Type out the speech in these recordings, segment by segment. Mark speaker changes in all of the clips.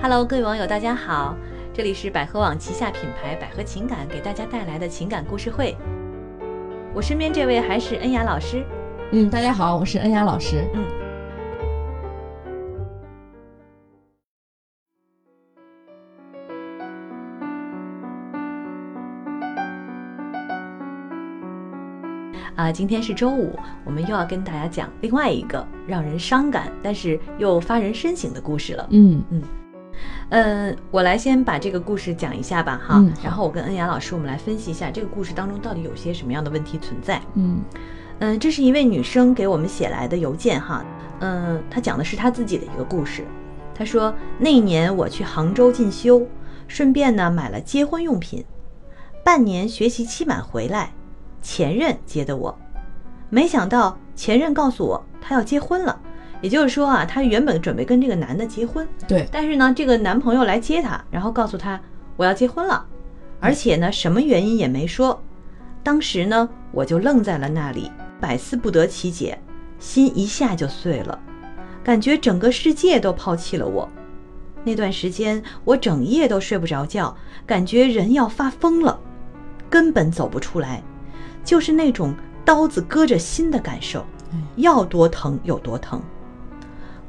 Speaker 1: Hello，各位网友，大家好，这里是百合网旗下品牌百合情感给大家带来的情感故事会。我身边这位还是恩雅老师，
Speaker 2: 嗯，大家好，我是恩雅老师。
Speaker 1: 啊，今天是周五，我们又要跟大家讲另外一个让人伤感，但是又发人深省的故事了。
Speaker 2: 嗯
Speaker 1: 嗯，我来先把这个故事讲一下吧，哈，
Speaker 2: 嗯好
Speaker 1: 然后我跟恩雅老师，我们来分析一下这个故事当中到底有些什么样的问题存在。
Speaker 2: 嗯
Speaker 1: 嗯，这是一位女生给我们写来的邮件哈，嗯，她讲的是她自己的一个故事。她说那一年我去杭州进修，顺便呢买了结婚用品，半年学习期满回来，前任接的我，没想到前任告诉我她要结婚了，也就是说啊，她原本准备跟这个男的结婚，
Speaker 2: 对，
Speaker 1: 但是呢，这个男朋友来接她，然后告诉她我要结婚了，而且呢，什么原因也没说。当时呢，我就愣在了那里，百思不得其解，心一下就碎了，感觉整个世界都抛弃了我。那段时间，我整夜都睡不着觉，感觉人要发疯了，根本走不出来，就是那种刀子割着心的感受。
Speaker 2: 哎
Speaker 1: 要多疼有多疼。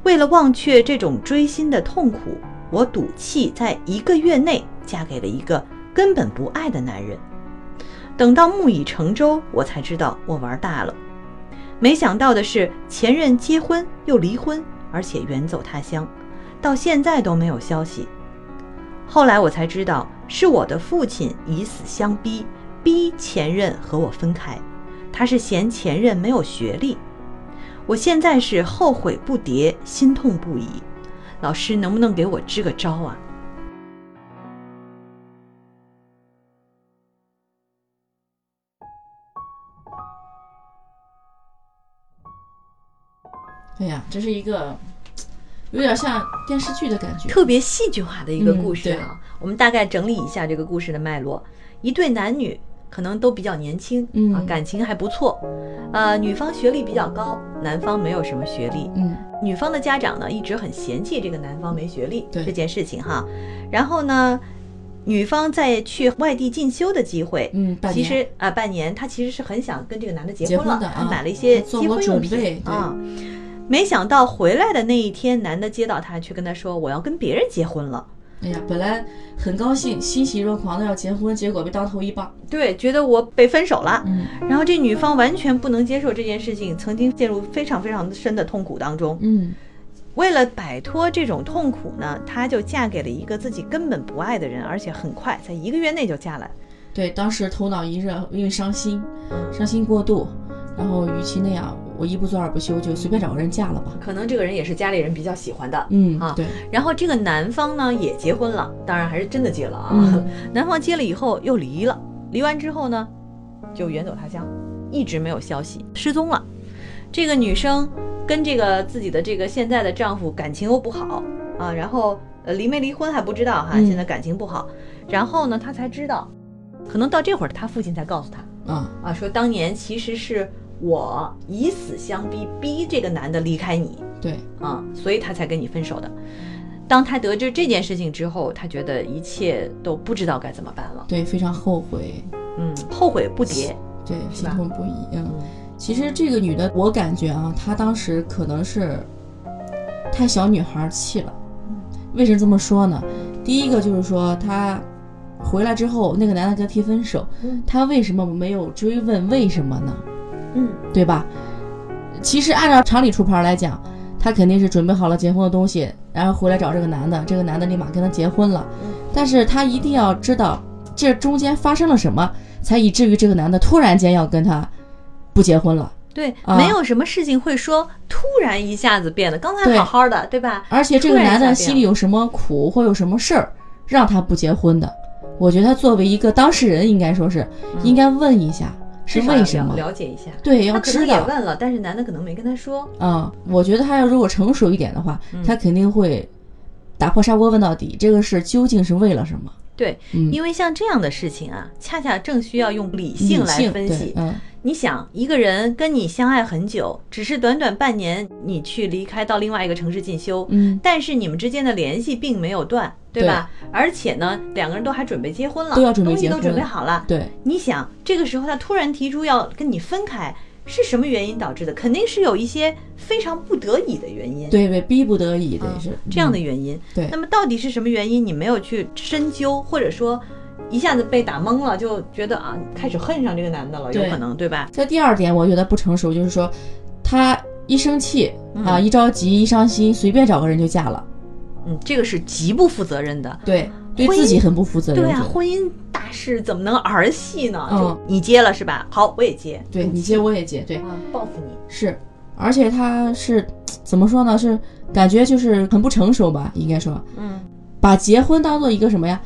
Speaker 1: 为了忘却这种锥心的痛苦，我赌气在一个月内嫁给了一个根本不爱的男人。等到木已成舟，我才知道我玩大了。没想到的是，前任结婚又离婚，而且远走他乡，到现在都没有消息。后来我才知道，是我的父亲以死相逼，逼前任和我分开。他是嫌前任没有学历。我现在是后悔不迭，心痛不已。老师，能不能给我支个招啊？
Speaker 2: 对呀、这是一个有点像电视剧的感觉。
Speaker 1: 特别戏剧化的一个故事
Speaker 2: 嗯
Speaker 1: 啊。我们大概整理一下这个故事的脉络：一对男女可能都比较年轻，
Speaker 2: 嗯
Speaker 1: 啊，感情还不错。呃，女方学历比较高，男方没有什么学历。
Speaker 2: 嗯
Speaker 1: 女方的家长呢一直很嫌弃这个男方没学历
Speaker 2: 对
Speaker 1: 这件事情哈。然后呢，女方在去外地进修的机会，
Speaker 2: 嗯，半
Speaker 1: 其
Speaker 2: 年
Speaker 1: 实啊，半年，她其实是很想跟这个男的结
Speaker 2: 结
Speaker 1: 婚了，
Speaker 2: 婚的
Speaker 1: 她
Speaker 2: 啊
Speaker 1: 买了一些
Speaker 2: 做
Speaker 1: 结
Speaker 2: 过
Speaker 1: 婚用
Speaker 2: 准备
Speaker 1: 品
Speaker 2: 对
Speaker 1: 啊。没想到回来的那一天，男的接到她，却跟她说：“我要跟别人结婚了。
Speaker 2: 哎呀，本来很高兴、欣喜若狂的要结婚，结果被当头一棒。”
Speaker 1: 对，觉得我被分手了。
Speaker 2: 嗯
Speaker 1: 然后这女方完全不能接受这件事情，曾经陷入非常非常深的痛苦当中。
Speaker 2: 嗯，
Speaker 1: 为了摆脱这种痛苦呢，她就嫁给了一个自己根本不爱的人，而且很快在一个月内就嫁了。
Speaker 2: 对，当时头脑一热，因为伤心，伤心过度，然后与其那样，我一不做二不休，就随便找个人嫁了吧。
Speaker 1: 可能这个人也是家里人比较喜欢的。
Speaker 2: 嗯，
Speaker 1: 啊
Speaker 2: 对，
Speaker 1: 然后这个男方呢也结婚了，当然还是真的结了啊。
Speaker 2: 嗯
Speaker 1: 男方接了以后又离了，离完之后呢，就远走他乡，一直没有消息，失踪了。这个女生跟这个自己的这个现在的丈夫感情又不好啊，然后呃离没离婚还不知道哈，
Speaker 2: 嗯
Speaker 1: 现在感情不好，然后呢她才知道，可能到这会儿她父亲才告诉她
Speaker 2: 啊，
Speaker 1: 啊，说当年其实是我以死相逼，逼这个男的离开你，
Speaker 2: 对，
Speaker 1: 啊，所以他才跟你分手的。当他得知这件事情之后，他觉得一切都不知道该怎么办了，
Speaker 2: 对，非常后悔，
Speaker 1: 嗯，后悔不迭，
Speaker 2: 对，
Speaker 1: 是
Speaker 2: 心
Speaker 1: 吧
Speaker 2: 痛不已。嗯，其实这个女的，我感觉啊，她当时可能是太小女孩气了
Speaker 1: 嗯。
Speaker 2: 为什么这么说呢？第一个就是说，她回来之后，那个男的跟她提分手，
Speaker 1: 嗯
Speaker 2: 她为什么没有追问为什么呢？
Speaker 1: 嗯，
Speaker 2: 对吧？其实按照常理出牌来讲，她肯定是准备好了结婚的东西，然后回来找这个男的，这个男的立马跟她结婚了
Speaker 1: 嗯。
Speaker 2: 但是她一定要知道这中间发生了什么，才以至于这个男的突然间要跟她不结婚了。
Speaker 1: 对，
Speaker 2: 啊
Speaker 1: 没有什么事情会说突然一下子变得，刚才
Speaker 2: 对
Speaker 1: 好好的，对吧？
Speaker 2: 而且这个男
Speaker 1: 突然一下变了
Speaker 2: 的心里有什么苦或有什么事儿，让他不结婚的，我觉得他作为一个当事人，应该说是、
Speaker 1: 嗯
Speaker 2: 应该问一下是
Speaker 1: 至少
Speaker 2: 为
Speaker 1: 要
Speaker 2: 什么，
Speaker 1: 了解一下，
Speaker 2: 对，要
Speaker 1: 他可能
Speaker 2: 知
Speaker 1: 也
Speaker 2: 道。
Speaker 1: 问了，但是男的可能没跟他说，
Speaker 2: 嗯，我觉得他要如果成熟一点的话，
Speaker 1: 嗯
Speaker 2: 他肯定会打破砂锅问到底，这个事究竟是为了什么？
Speaker 1: 对，
Speaker 2: 嗯，
Speaker 1: 因为像这样的事情啊，恰恰正需要用理性来分
Speaker 2: 对
Speaker 1: 析。
Speaker 2: 嗯，
Speaker 1: 你想，一个人跟你相爱很久，只是短短半年，你去离开到另外一个城市进修，
Speaker 2: 嗯，
Speaker 1: 但是你们之间的联系并没有断，对吧？而且呢，两个人都还准备结婚了，
Speaker 2: 都要准备
Speaker 1: 东西
Speaker 2: 结
Speaker 1: 都准备
Speaker 2: 婚
Speaker 1: 好了。
Speaker 2: 对，
Speaker 1: 你想，这个时候他突然提出要跟你分开，是什么原因导致的？肯定是有一些非常不得已的原因。
Speaker 2: 对对，逼不得已得是
Speaker 1: 这样的
Speaker 2: 嗯
Speaker 1: 原因。
Speaker 2: 对
Speaker 1: 那么到底是什么原因？你没有去深究，或者说一下子被打懵了，就觉得啊，开始恨上这个男的了，有
Speaker 2: 对
Speaker 1: 可能对吧？
Speaker 2: 在第二点，我觉得不成熟，就是说他一生气啊，
Speaker 1: 嗯
Speaker 2: 一着急，一伤心，随便找个人就嫁了，
Speaker 1: 嗯，这个是极不负责任的。
Speaker 2: 对，对
Speaker 1: 婚姻
Speaker 2: 自己很不负责任。
Speaker 1: 对呀、
Speaker 2: 我觉得
Speaker 1: 婚姻大事怎么能儿戏呢？
Speaker 2: 嗯
Speaker 1: 就你接了是吧？好，我也接。
Speaker 2: 对你接我也接，对，
Speaker 1: 啊，报复你。
Speaker 2: 是，而且他是怎么说呢？是感觉就是很不成熟吧，应该说，
Speaker 1: 嗯，
Speaker 2: 把结婚当做一个什么呀？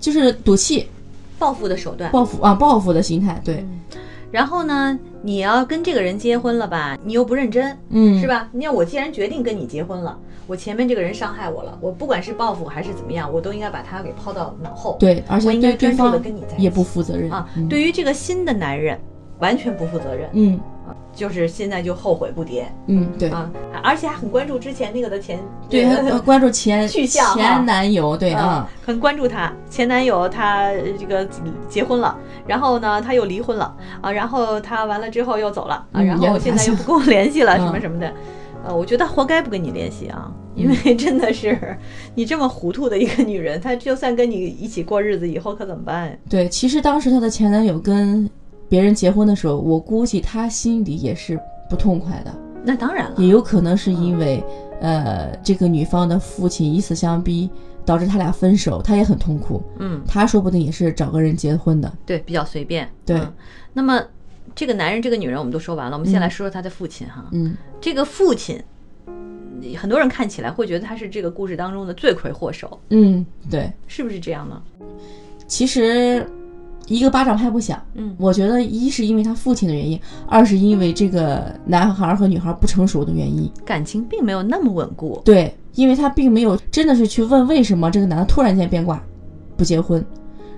Speaker 2: 就是赌气、
Speaker 1: 报复的手段。
Speaker 2: 报复啊，报复的心态，对，
Speaker 1: 然后呢，你要跟这个人结婚了吧？你又不认真，
Speaker 2: 嗯，
Speaker 1: 是？吧？你看，我既然决定跟你结婚了，我前面这个人伤害我了，我不管是报复还是怎么样，我都应该把他给抛到脑后。
Speaker 2: 对，而
Speaker 1: 我
Speaker 2: 且
Speaker 1: 应该
Speaker 2: 对
Speaker 1: 专
Speaker 2: 对
Speaker 1: 注的
Speaker 2: 方
Speaker 1: 跟你在一起
Speaker 2: 也不负责任
Speaker 1: 啊，
Speaker 2: 嗯
Speaker 1: 对于这个新的男人，完全不负责任，
Speaker 2: 嗯
Speaker 1: 就是现在就后悔不迭
Speaker 2: 嗯，对。
Speaker 1: 啊，而且还很关注之前那个的前
Speaker 2: 对，还有关注前
Speaker 1: 去向啊
Speaker 2: 前男友，对
Speaker 1: 啊
Speaker 2: 啊，，
Speaker 1: 很关注他前男友，他呃这个结婚了，然后呢他又离婚了啊，然后他完了之后又走了啊，
Speaker 2: 嗯
Speaker 1: 然后现在又不跟我联系 了，
Speaker 2: 嗯
Speaker 1: 什么什么的，呃，我觉得活该不跟你联系啊，因为 真的是你这么糊涂的一个女人，她就算跟你一起过日子，以后可怎么办呀？
Speaker 2: 对，其实当时她的前男友跟别人结婚的时候，我估计她心里也是不痛快的，
Speaker 1: 那当然了
Speaker 2: 也有可能是因为，呃，这个女方的父亲以死相逼，导致他俩分手，她也很痛苦，
Speaker 1: 嗯。
Speaker 2: 她说不定也是找个人结婚的，
Speaker 1: 对，比较随便。
Speaker 2: 对
Speaker 1: 嗯那么这个男人、这个女人我们都说完了，我们先来说说他的父亲哈。
Speaker 2: 嗯，
Speaker 1: 这个父亲，嗯很多人看起来会觉得他是这个故事当中的罪魁祸首，
Speaker 2: 嗯，对，
Speaker 1: 是不是这样呢？
Speaker 2: 其实一个巴掌拍不响，
Speaker 1: 嗯
Speaker 2: 我觉得一是因为她父亲的原因，二是因为这个男孩儿和女孩儿不成熟的原因，
Speaker 1: 感情并没有那么稳固。
Speaker 2: 对，因为她并没有真的是去问为什么这个男的突然间变卦，不结婚。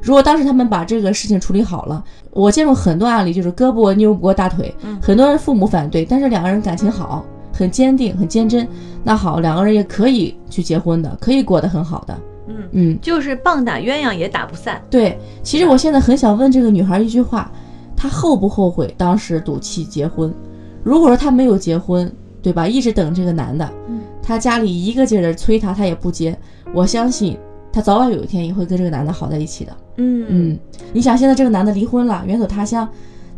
Speaker 2: 如果当时他们把这个事情处理好了，我见过很多案例，就是胳膊拗不过大腿，
Speaker 1: 嗯
Speaker 2: 很多人父母反对，但是两个人感情好，很坚定，很坚贞，那好，两个人也可以去结婚的，可以过得很好的。
Speaker 1: 嗯，
Speaker 2: 嗯，
Speaker 1: 就是棒打鸳鸯也打不散。
Speaker 2: 对。其实我现在很想问这个女孩一句话，她后不后悔当时赌气结婚？如果说她没有结婚，对吧？一直等这个男的，
Speaker 1: 嗯
Speaker 2: 她家里一个劲儿的催她，她也不接。我相信她早晚有一天也会跟这个男的好在一起的。
Speaker 1: 嗯
Speaker 2: 嗯，你想现在这个男的离婚了，远走他乡，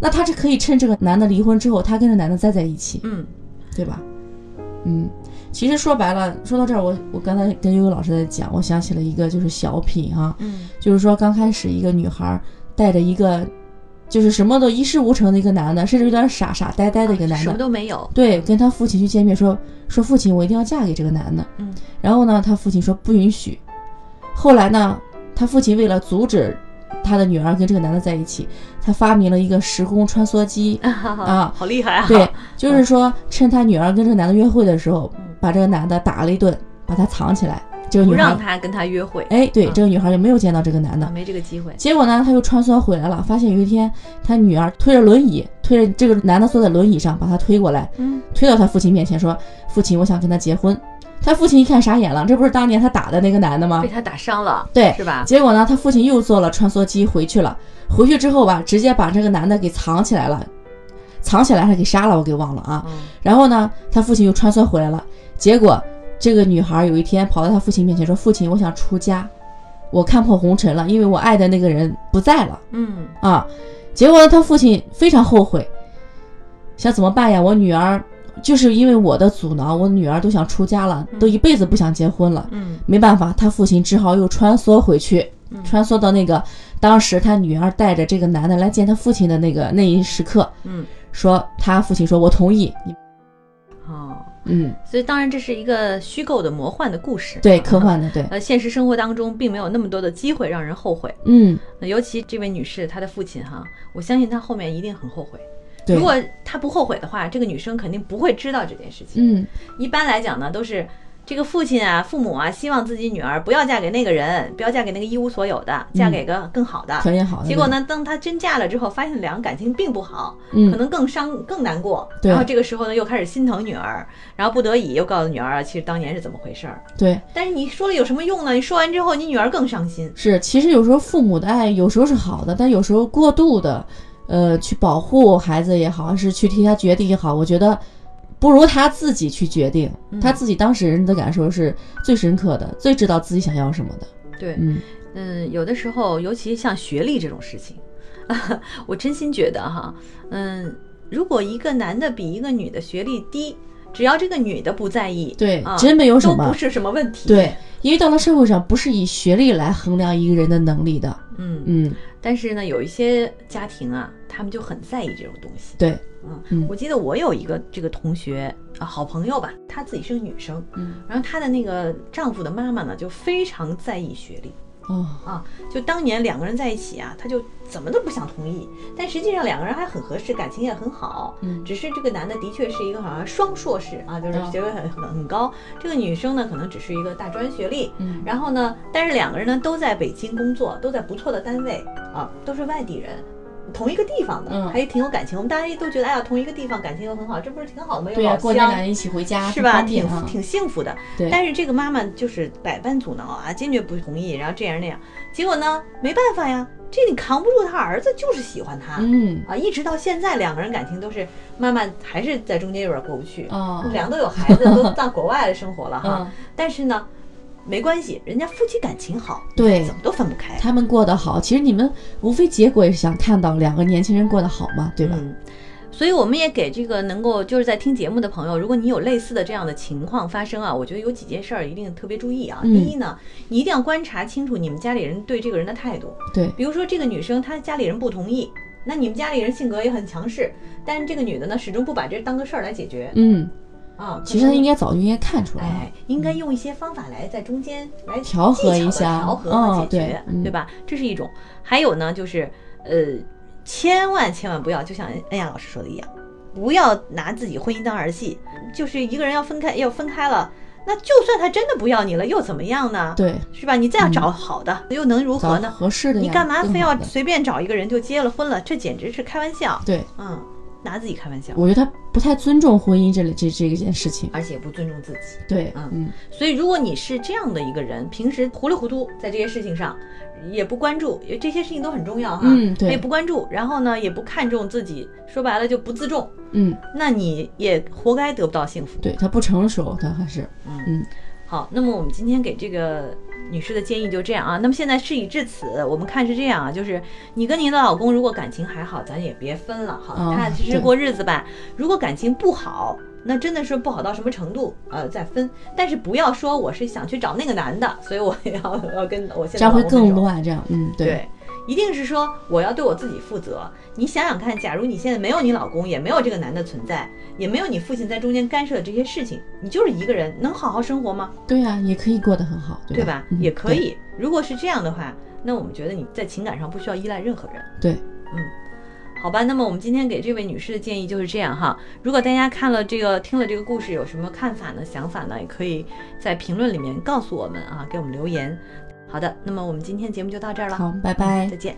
Speaker 2: 那她是可以趁这个男的离婚之后，她跟这男的再在一起，
Speaker 1: 嗯
Speaker 2: 对吧？嗯，其实说白了，说到这儿，我我刚才跟悠悠老师在讲，我想起了一个就是小品啊哈、
Speaker 1: 嗯
Speaker 2: 就是说刚开始一个女孩儿带着一个，就是什么都一事无成的一个男的，甚至有点傻傻呆呆的一个男
Speaker 1: 啊什
Speaker 2: 的，
Speaker 1: 么都没有。
Speaker 2: 对，跟他父亲去见面说说父亲，我一定要嫁给这个男的。
Speaker 1: 嗯，。
Speaker 2: 然后呢，他父亲说不允许。后来呢，他父亲为了阻止他的女儿跟这个男的在一起，他发明了一个时空穿梭机
Speaker 1: 啊好厉害啊！
Speaker 2: 对，就是说趁他女儿跟这个男的约会的时候
Speaker 1: 嗯，
Speaker 2: 把这个男的打了一顿，把他藏起来。这个
Speaker 1: 不
Speaker 2: 女孩
Speaker 1: 让，他跟他约会，
Speaker 2: 哎，对，
Speaker 1: 嗯
Speaker 2: 这个女孩就没有见到这个男的
Speaker 1: 啊。没这个机会。
Speaker 2: 结果呢，他又穿梭回来了，发现有一天他女儿推着轮椅，推着这个男的坐在轮椅上，把他推过来，
Speaker 1: 嗯
Speaker 2: 推到他父亲面前说：“父亲，我想跟他结婚。”他父亲一看傻眼了，这不是当年他打的那个男的吗
Speaker 1: 被？他打伤了，
Speaker 2: 对。
Speaker 1: 是吧？
Speaker 2: 结果呢，他父亲又坐了穿梭机回去了。回去之后吧，直接把这个男的给藏起来了，藏起来还给杀了，我给忘了啊。
Speaker 1: 嗯
Speaker 2: 然后呢，他父亲又穿梭回来了。结果这个女孩有一天跑到他父亲面前说：“父亲，我想出家，我看破红尘了，因为我爱的那个人不在了。”
Speaker 1: 嗯
Speaker 2: 啊。结果呢，他父亲非常后悔，想怎么办呀？我女儿就是因为我的阻挠，我女儿都想出家了，都一辈子不想结婚了。
Speaker 1: 嗯
Speaker 2: 没办法，他父亲只好又穿梭回去，
Speaker 1: 嗯
Speaker 2: 穿梭到那个当时他女儿带着这个男的来见他父亲的那个那一时刻，
Speaker 1: 嗯，
Speaker 2: 说他父亲说：“我同意。你
Speaker 1: 哦。”
Speaker 2: 嗯，
Speaker 1: 所以，当然这是一个虚构的、魔幻的故事，
Speaker 2: 对，
Speaker 1: 嗯
Speaker 2: 科。幻的，对，
Speaker 1: 呃，现实生活当中并没有那么多的机会让人后悔，
Speaker 2: 嗯，
Speaker 1: 那尤其这位女士她的父亲哈，我相信她后面一定很后悔。
Speaker 2: 对
Speaker 1: 如，果她不后悔的话，这个女生肯定不会知道这件事情。
Speaker 2: 嗯，
Speaker 1: 一般来讲呢，都是这个父亲啊、父母啊，希望自己女儿不要嫁给那个人，不要嫁给那个一无所有的，嫁给个更好的。
Speaker 2: 条件好的。
Speaker 1: 啊结果？呢，当她真嫁了之后，发现两个感情并不好，可
Speaker 2: 嗯，
Speaker 1: 能更伤、更难过。
Speaker 2: 对
Speaker 1: 然后这个时候呢，又开始心疼女儿，然后不得已又告诉女儿啊，其实当年是怎么回事儿。
Speaker 2: 对，
Speaker 1: 但是你说了有什么用呢？你说完之后，你女儿更伤心。
Speaker 2: 是。其实有时候父母的爱有时候是好的，但有时候过度的，呃，去保护孩子也好，还是去替他决定也好，我觉得不如他自己去决定，
Speaker 1: 嗯
Speaker 2: 他自己当事人的感受是最深刻的，最知道自己想要什么的。
Speaker 1: 对，
Speaker 2: 嗯，
Speaker 1: 嗯，有的时候，尤其像学历这种事情， 我真心觉得哈，嗯，如果一个男的比一个女的学历低，只要这个女的不在意，
Speaker 2: 对，
Speaker 1: 啊
Speaker 2: 真没有什
Speaker 1: 都
Speaker 2: 么。
Speaker 1: 不是什么问题。，
Speaker 2: 对，因为到了社会上，不是以学历来衡量一个人的能力的。
Speaker 1: 嗯，
Speaker 2: 嗯，
Speaker 1: 但是呢，有一些家庭啊，他们就很在意这种东西。
Speaker 2: 对，嗯
Speaker 1: 我记得我有一个这个同学啊，好朋友吧，她自己是个女生，
Speaker 2: 嗯，
Speaker 1: 然后她的那个丈夫的妈妈呢，就非常在意学历。
Speaker 2: 哦，
Speaker 1: 啊，就当年两个人在一起啊，他就怎么都不想同意，但实际上两个人还很合适，感情也很好。
Speaker 2: 嗯
Speaker 1: 只是这个男的的确是一个好像双硕士啊，就是
Speaker 2: 哦
Speaker 1: 学位很很很高。这个女生呢，可能只是一个大专学历。
Speaker 2: 嗯，
Speaker 1: 然后呢，但是两个人呢都在北京工作，都在不错的单位啊，都是外地人，同一个地方的，
Speaker 2: 嗯
Speaker 1: 还挺有感情。我们大家都觉得，哎呀，同一个地方感情又很好，这不是挺好的吗？有
Speaker 2: 对呀、啊
Speaker 1: 老
Speaker 2: 过年
Speaker 1: 乡
Speaker 2: 俩人一起回家
Speaker 1: 是吧？
Speaker 2: 很方便
Speaker 1: 挺
Speaker 2: 啊
Speaker 1: 挺幸福的。
Speaker 2: 对
Speaker 1: 但是这个妈妈就是百般阻挠啊，坚决不同意，然后这样那样。结果呢，没办法呀，这你扛不住，他儿子就是喜欢他、
Speaker 2: 嗯
Speaker 1: 啊，一直到现在，两个人感情都是妈妈还是在中间有点过不去。
Speaker 2: 啊
Speaker 1: 两个都有孩子，都到国外生活了 哈。
Speaker 2: 啊，
Speaker 1: 但是呢，没关系，人家夫妻感情好，
Speaker 2: 对
Speaker 1: 怎么都分不开，
Speaker 2: 他们过得好，其实你们无非结果也是想看到两个年轻人过得好嘛，对吧？
Speaker 1: 嗯，所以我们也给这个能够就是在听节目的朋友，如果你有类似的这样的情况发生啊，我觉得有几件事儿一定特别注意啊。
Speaker 2: 嗯
Speaker 1: 第一呢，你一定要观察清楚你们家里人对这个人的态度。
Speaker 2: 对，
Speaker 1: 比如说这个女生她家里人不同意，那你们家里人性格也很强势，但是这个女的呢始终不把这当个事儿来解决
Speaker 2: 嗯，
Speaker 1: 啊。
Speaker 2: 其实他应
Speaker 1: 该
Speaker 2: 该早就应该看出来了。
Speaker 1: 哎，应该用一些方法来在中间来
Speaker 2: 调和
Speaker 1: 技巧
Speaker 2: 一
Speaker 1: 地
Speaker 2: 下
Speaker 1: 调和
Speaker 2: 嗯
Speaker 1: 和解决，
Speaker 2: 对嗯
Speaker 1: 对吧？这是一种。还有呢，就是呃，千万千万不要，就像恩雅老师说的一样，不要拿自己婚姻当儿戏。就是一个人要分开，要分开了，那就算他真的不要你了，又怎么样呢？
Speaker 2: 嗯对，
Speaker 1: 是吧？你再要找好的，又能如
Speaker 2: 找
Speaker 1: 何呢？
Speaker 2: 合适的呀，
Speaker 1: 你干嘛
Speaker 2: 更
Speaker 1: 非
Speaker 2: 好
Speaker 1: 要
Speaker 2: 的
Speaker 1: 随便找一个人就结了婚了？这简直是开玩笑，
Speaker 2: 对，
Speaker 1: 嗯，拿自己开玩笑，
Speaker 2: 我觉得他不太尊重婚姻这里这这一件事情。
Speaker 1: 而且不尊重自己。
Speaker 2: 对，
Speaker 1: 嗯
Speaker 2: 嗯，
Speaker 1: 所以，如果你是这样的一个人，平时糊里糊涂在这些事情上，也不关注，也这些事情都很重要哈，
Speaker 2: 嗯对
Speaker 1: 也啊不关注，然后呢，也不看重自己，说白了就不自重，
Speaker 2: 嗯，
Speaker 1: 那你也活该得不到幸福。
Speaker 2: 对他不成熟，他还是
Speaker 1: 好，那么我们今天给这个女士的建议就这样啊。那么现在事已至此，我们看是这样啊，就是你跟你的老公如果感情还好，咱也别分了，好，
Speaker 2: 哦
Speaker 1: 踏踏实实
Speaker 2: 对
Speaker 1: 过日子吧。如果感情不好，那真的是不好到什么程度，呃，再分。但是不要说我是想去找那个男的，所以我也要要跟我现在
Speaker 2: 这样会
Speaker 1: 老公分
Speaker 2: 更
Speaker 1: 手。
Speaker 2: 乱。这样，嗯，
Speaker 1: 对。，一定是说我要对我自己负责。你想想看，假如你现在没有你老公，也没有这个男的存在，也没有你父亲在中间干涉这些事情，你就是一个人，能好好生活吗？
Speaker 2: 对呀、也可以过得很好，
Speaker 1: 对
Speaker 2: 对
Speaker 1: 吧？
Speaker 2: 嗯
Speaker 1: 也可以。如果是这样的话，那我们觉得你在情感上不需要依赖任何人。嗯
Speaker 2: 对，
Speaker 1: 好吧，那么我们今天给这位女士的建议就是这样哈。如果大家看了这个、听了这个故事有什么看法呢、想法呢，也可以在评论里面告诉我们啊，给我们留言。好的，那么我们今天节目就到这儿了，
Speaker 2: 好，拜拜
Speaker 1: 再。见。